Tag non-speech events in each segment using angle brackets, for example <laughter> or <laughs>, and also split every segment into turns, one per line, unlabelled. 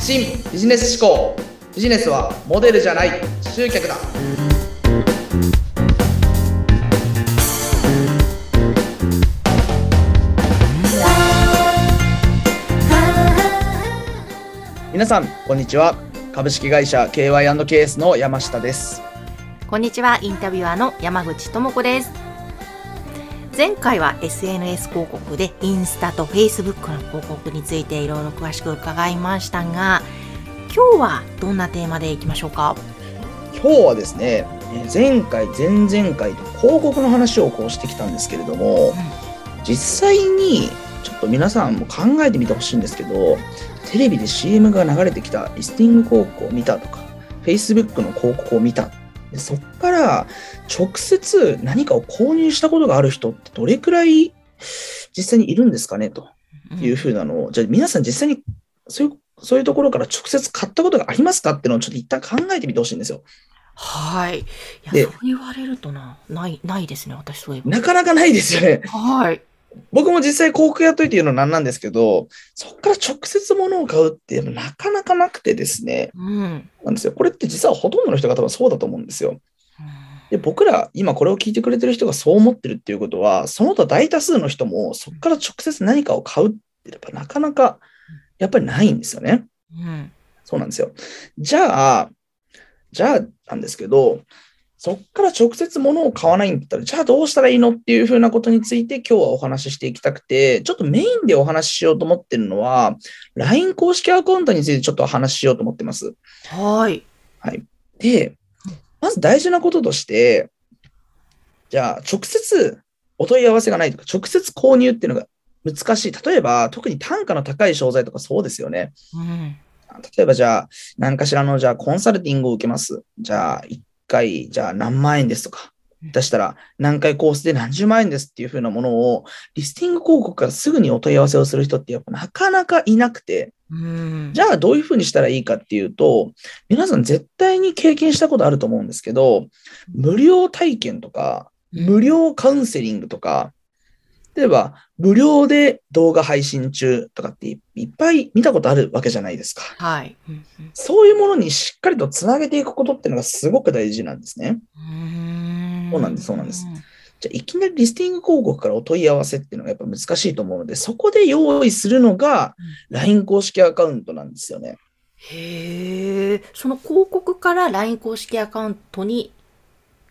新ビジネス思考ビジネスはモデルじゃない集客だ皆さんこんにちは株式会社 KY&KS の山下です
こんにちは、インタビュアーの山口智子です。前回は SNS 広告でインスタと Facebook の広告についていろいろ詳しく伺いましたが、今日はどんなテーマでいきましょうか
今日はですねえー前回前々回と広告の話をこうしてきたんですけれども、実際にちょっと皆さんも考えてみてほしいんですけどテレビで CM が流れてきたリスティング広告を見たとか Facebook の広告を見たでそこから直接何かを購入したことがある人ってどれくらい実際にいるんですかねと
うん
いうふうなのを、じゃあ皆さん実際にそういうそういうところから直接買ったことがありますかっていうのをちょっと一旦考えてみてほしいんですよ。
はい。いや、
で
そう言われるとな、ない、ないですね、私そういえば。
なかなかないですよね。 <laughs>
はい。
僕も実際広告やっといて言うのなんなんですけど、そこから直接物を買うってなかなかなくてですね、
うん。うん
なんですよ。これって実はほとんどの人が多分そうだと思うんですよ。で、僕ら今これを聞いてくれてる人がそう思ってるっていうことは、その他大多数の人もそこから直接何かを買うってやっぱなかなかやっぱりないんですよね。
うん。
そうなんですよ。じゃあ、じゃあなんですけど、そこから直接物を買わないんだったら、じゃあどうしたらいいのっていうふうなことについて今日はお話ししていきたくて、ちょっとメインでお話ししようと思ってるのは、LINE 公式アカウントについてちょっとお話ししようと思ってます。
はい。
で、まず大事なこととして、じゃあ直接お問い合わせがないとか、直接購入っていうのが難しい。例えば、特に単価の高い商材とかそうですよね。
うん。
例えばじゃあ、何かしらの、じゃあコンサルティングを受けます。じゃあ、1回、じゃあ何万円ですとか
うん。
出したら、何回コースで何十万円ですっていう風なものを、リスティング広告からすぐにお問い合わせをする人ってやっぱなかなかいなくて、
うん。
じゃあどういう風にしたらいいかっていうと、皆さん絶対に経験したことあると思うんですけど、無料体験とか、無料カウンセリングとか、例えば無料で動画配信中とかっていいっぱい見たことあるわけじゃないですか。
はい。うんうん
そういうものにしっかりとつなげていくことっていうのがすごく大事なんですね。
うん
そうなんですそうなんです。じゃあ、いきなりリスティング広告からお問い合わせっていうのがやっぱ難しいと思うので、そこで用意するのが LINE 公式アカウントなんですよね。
へえ、その広告から LINE 公式アカウントに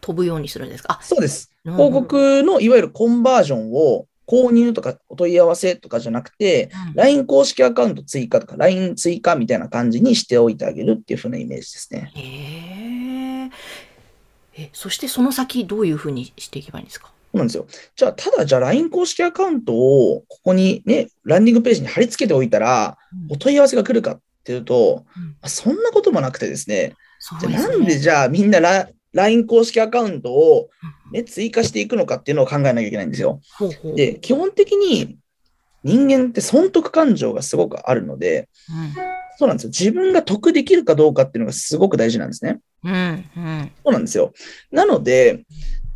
飛ぶようにするんですか
そうです。
あ、
広告のいわゆるコンバージョンを購入とかお問い合わせとかじゃなくて、
うん、
LINE 公式アカウント追加とか LINE 追加みたいな感じにしておいてあげるっていう風なイメージですね。
へえ。え、そしてその先どういうふうにしていけばいいんですか
そうなんですよ。じゃあ、ただ、じゃあ LINE 公式アカウントをここにね、ランディングページに貼り付けておいたら、お問い合わせが来るかっていうと、
うん
まあそんなこともなくてですね、
そう
じゃあ
ですね
なんでじゃあみんなラ LINE 公式アカウントを
う、
ね、追加していくのかっていうのを考えなきゃいけないんですよ。
ほうほう
で、基本的に人間って損得感情がすごくあるので、そうなんですよ。自分が得できるかどうかっていうのがすごく大事なんですね。
うん、うん、うん。
そうなんですよ。なので、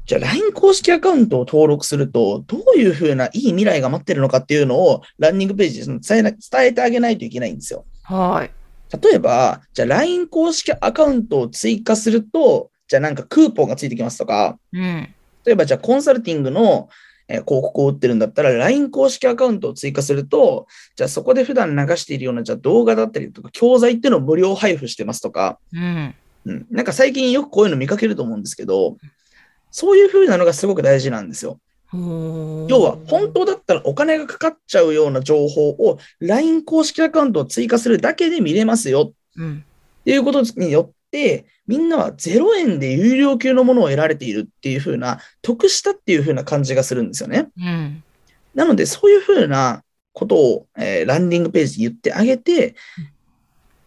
じゃあ LINE 公式アカウントを登録すると、どういうふうないい未来が待ってるのかっていうのをランニングページでその伝えな伝えてあげないといけないんですよ。
はい。
例えば、じゃあ LINE 公式アカウントを追加すると、じゃあなんかクーポンがついてきますとか、
うん。
例えばじゃあコンサルティングのえー広告を売ってるんだったら、LINE 公式アカウントを追加すると、じゃあそこで普段流しているようなじゃあ動画だったりとか、教材っていうのを無料配布してますとか、
うん。
うん、なんか最近よくこういうの見かけると思うんですけど、そういう風なのがすごく大事なんですよ。
ほう
要は、本当だったらお金がかかっちゃうような情報を LINE 公式アカウントを追加するだけで見れますよ
うん。
っていうことによって、みんなは0円で有料級のものを得られているっていう風な、得したっていう風な感じがするんですよね。
うん。
なので、そういう風なことを、えーランディングページで言ってあげて、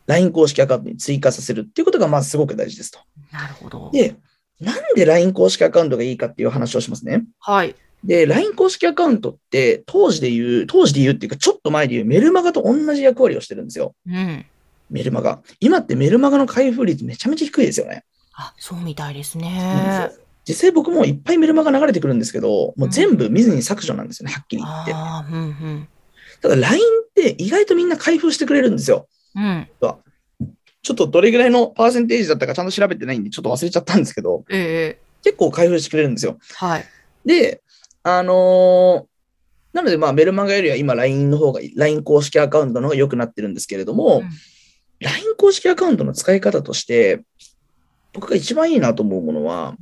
LINE 公式アカウントに追加させるっていうことが、まあ、すごく大事ですと。
なるほど。
で、なんで LINE 公式アカウントがいいかっていう話をしますね。
はい。
で、LINE 公式アカウントって、当時で言う、当時で言うっていうか、ちょっと前で言うメルマガと同じ役割をしてるんですよ。
うん。
メルマガ。今ってメルマガの開封率めちゃめちゃ低いですよね。
あ、そうみたいですね。
実際僕もいっぱいメルマガ流れてくるんですけど、もう全部見ずに削除なんですよね、はっきり言って。
ああ、うん、うん。
ただ LINE って意外とみんな開封してくれるんですよ。
うん。
ちょっとどれぐらいのパーセンテージだったかちゃんと調べてないんで、ちょっと忘れちゃったんですけど、
え
結構開封してくれるんですよ。
えはい。
で、あのーなので、まあ、メルマガよりは今 LINE の方が、LINE 公式アカウントの方が良くなってるんですけれども、
うん
LINE 公式アカウントの使い方として、僕が一番いいなと思うものは、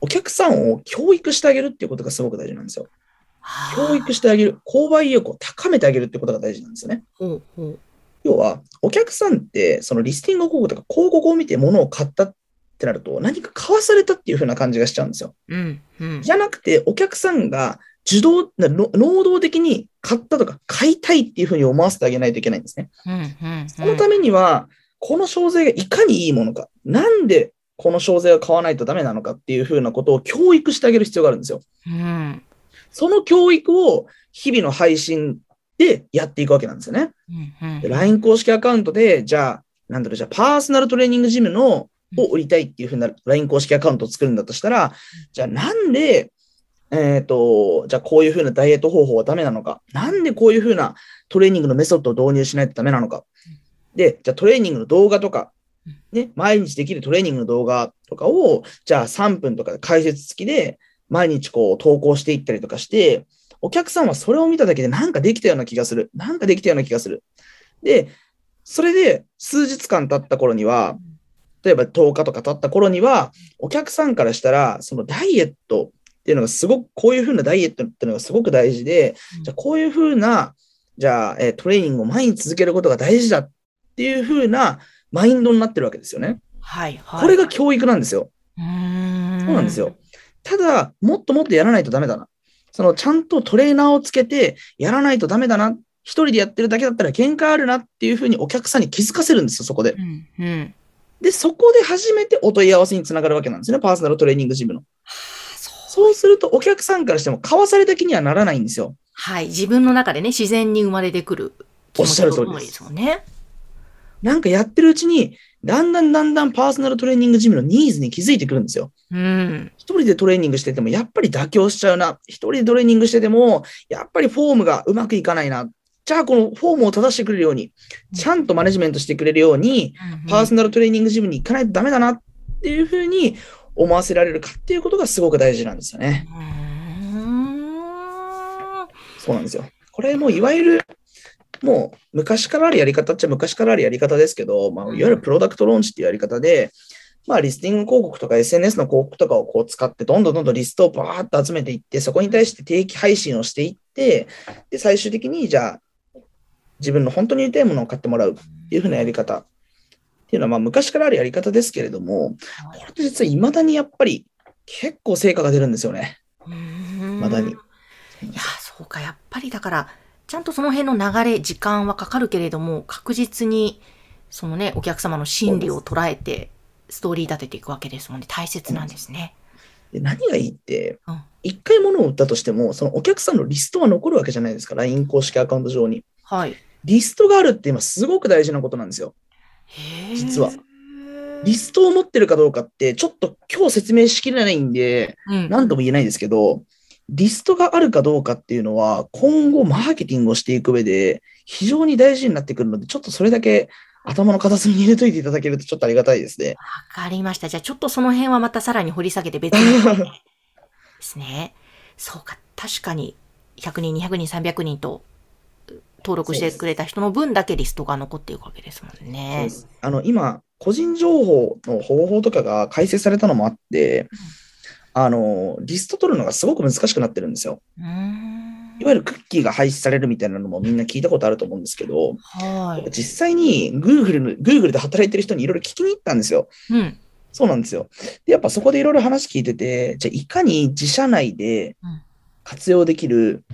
お客さんを教育してあげるっていうことがすごく大事なんですよ。
はあ
教育してあげる、購買意欲を高めてあげるってことが大事なんですよね。
ほうほう。
要は、お客さんって、そのリスティング広告とか広告を見て物を買ったってなると、何か買わされたっていう風な感じがしちゃうんですよ。
うん。うん。
じゃなくて、お客さんが受動、なの能動的に買ったとか買いたいっていうふうに思わせてあげないといけないんですね。
うんうんうん
そのためには、この商材がいかにいいものか、なんでこの商材を買わないとダメなのかっていうふうなことを教育してあげる必要があるんですよ。
うん。
その教育を日々の配信でやっていくわけなんですよね。
うんうん
で LINE 公式アカウントで、じゃあ、なんだろう、じゃあ、パーソナルトレーニングジムの、
うん
を売りたいっていうふうな LINE 公式アカウントを作るんだとしたら、じゃあ、なんで、えっ、と、じゃあ、こういうふうなダイエット方法はダメなのか、なんでこういうふうなトレーニングのメソッドを導入しないとダメなのか
うん、
で、じゃあ、トレーニングの動画とか
うん、
ね、毎日できるトレーニングの動画とかを、じゃあ、3分とかで解説付きで、毎日こう投稿していったりとかして、お客さんはそれを見ただけでなんかできたような気がする。なんかできたような気がする。で、それで数日間経った頃には、例えば10日とか経った頃には、お客さんからしたら、そのダイエットっていうのがすごく、こういうふうなダイエットっていうのがすごく大事で
う、ん
じゃあこういうふうな、じゃあ、えートレーニングを毎日続けることが大事だっていうふうなマインドになってるわけですよね。
はいはい。
これが教育なんですよ。
うーん。
そうなんですよ。。ただ、もっともっとやらないとダメだな。そのちゃんとトレーナーをつけてやらないとダメだな。一人でやってるだけだったら限界あるなっていうふうにお客さんに気づかせるんですよ、そこで
う。んうん。
で、そこで初めてお問い合わせにつながるわけなんですね、パーソナルトレーニングジムの。
そう
そうすると、お客さんからしても買わされた気にはならないんですよ。
はい。自分の中でね、自然に生まれてくる気
おっ
持
し
ち
ゃ
の
る通
と
り
も
です
りですもんね。
なんかやってるうちに、だんだんだんだんパーソナルトレーニングジムのニーズに気づいてくるんですよ。
うん。
一人でトレーニングしてても、やっぱり妥協しちゃうな。一人でトレーニングしてても、やっぱりフォームがうまくいかないな。じゃあ、このフォームを正してくれるように、ちゃんとマネジメントしてくれるように、パーソナルトレーニングジムに行かないとダメだなっていうふうに思わせられるかっていうことがすごく大事なんですよね。
うーん
そうなんですよ。これもいわゆる、もう昔からあるやり方っちゃ昔からあるやり方ですけど、まあ、いわゆるプロダクトローンチっていうやり方で、まあ、リスティング広告とか SNS の広告とかをこう使って、どんどんどんどんリストをバーッと集めていって、そこに対して定期配信をしていって、で、最終的にじゃあ、自分の本当に売りたいものを買ってもらうっていうふうなやり方っていうのは、まあ、昔からあるやり方ですけれども、これって実は未だにやっぱり結構成果が出るんですよね。
うーん
まだに
いや、そうか、やっぱりだから、ちゃんとその辺の流れ、時間はかかるけれども、確実に、そのね、お客様の心理を捉えて、ストーリー立てていくわけですもんね。大切なんですね。
で何がいいって
うん、
一、回物を売ったとしても、そのお客さんのリストは残るわけじゃないですか、LINE 公式アカウント上に。
はい。
リストがあるって今すごく大事なことなんですよ。
へー
実は
う
リストを持ってるかどうかって、ちょっと今日説明しきれないんで、
ん。
何とも言えないですけど、リストがあるかどうかっていうのは、今後マーケティングをしていく上で、非常に大事になってくるので、ちょっとそれだけ頭の片隅に入れといていただけるとちょっとありがたいですね。
わかりました。じゃあちょっとその辺はまたさらに掘り下げて別に。ですね。そうか。確かに、100人、200人、300人と、登録してくれた人の分だけリストが残っていくわけですもん
そう
ね
で。すあの今、個人情報の方法とかが改正されたのもあって、あのリスト取るのがすごく難しくなってるんですよ。
うーん
いわゆるクッキーが廃止されるみたいなのもみんな聞いたことあると思うんですけど、
はい。
実際に Google, の Google で働いてる人にいろいろ聞きに行ったんですよ。
うん。
そうなんですよ。で、やっぱそこでいろいろ話聞いてて、じゃあいかに自社内で
うん
活用できる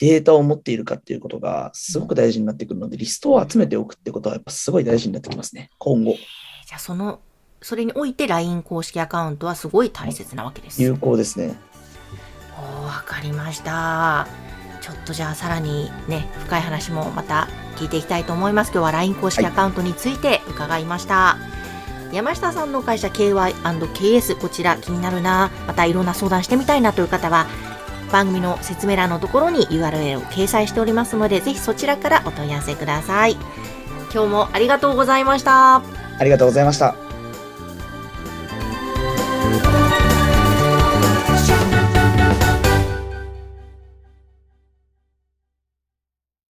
データを持っているかっていうことがすごく大事になってくるので、リストを集めておくってことはやっぱすごい大事になってきますね、今後。
じゃあその、それにおいて LINE 公式アカウントはすごい大切なわけです。
有効ですね。
おーわかりました。ちょっとじゃあさらにね、深い話もまた聞いていきたいと思います。今日は LINE 公式アカウントについて伺いました。山下さんの会社 KY&KS こちら気になるなまたいろんな相談してみたいなという方は番組の説明欄のところに URL を掲載しておりますのでぜひそちらからお問い合わせください
今日もありがとうございました。
ありがとうございました。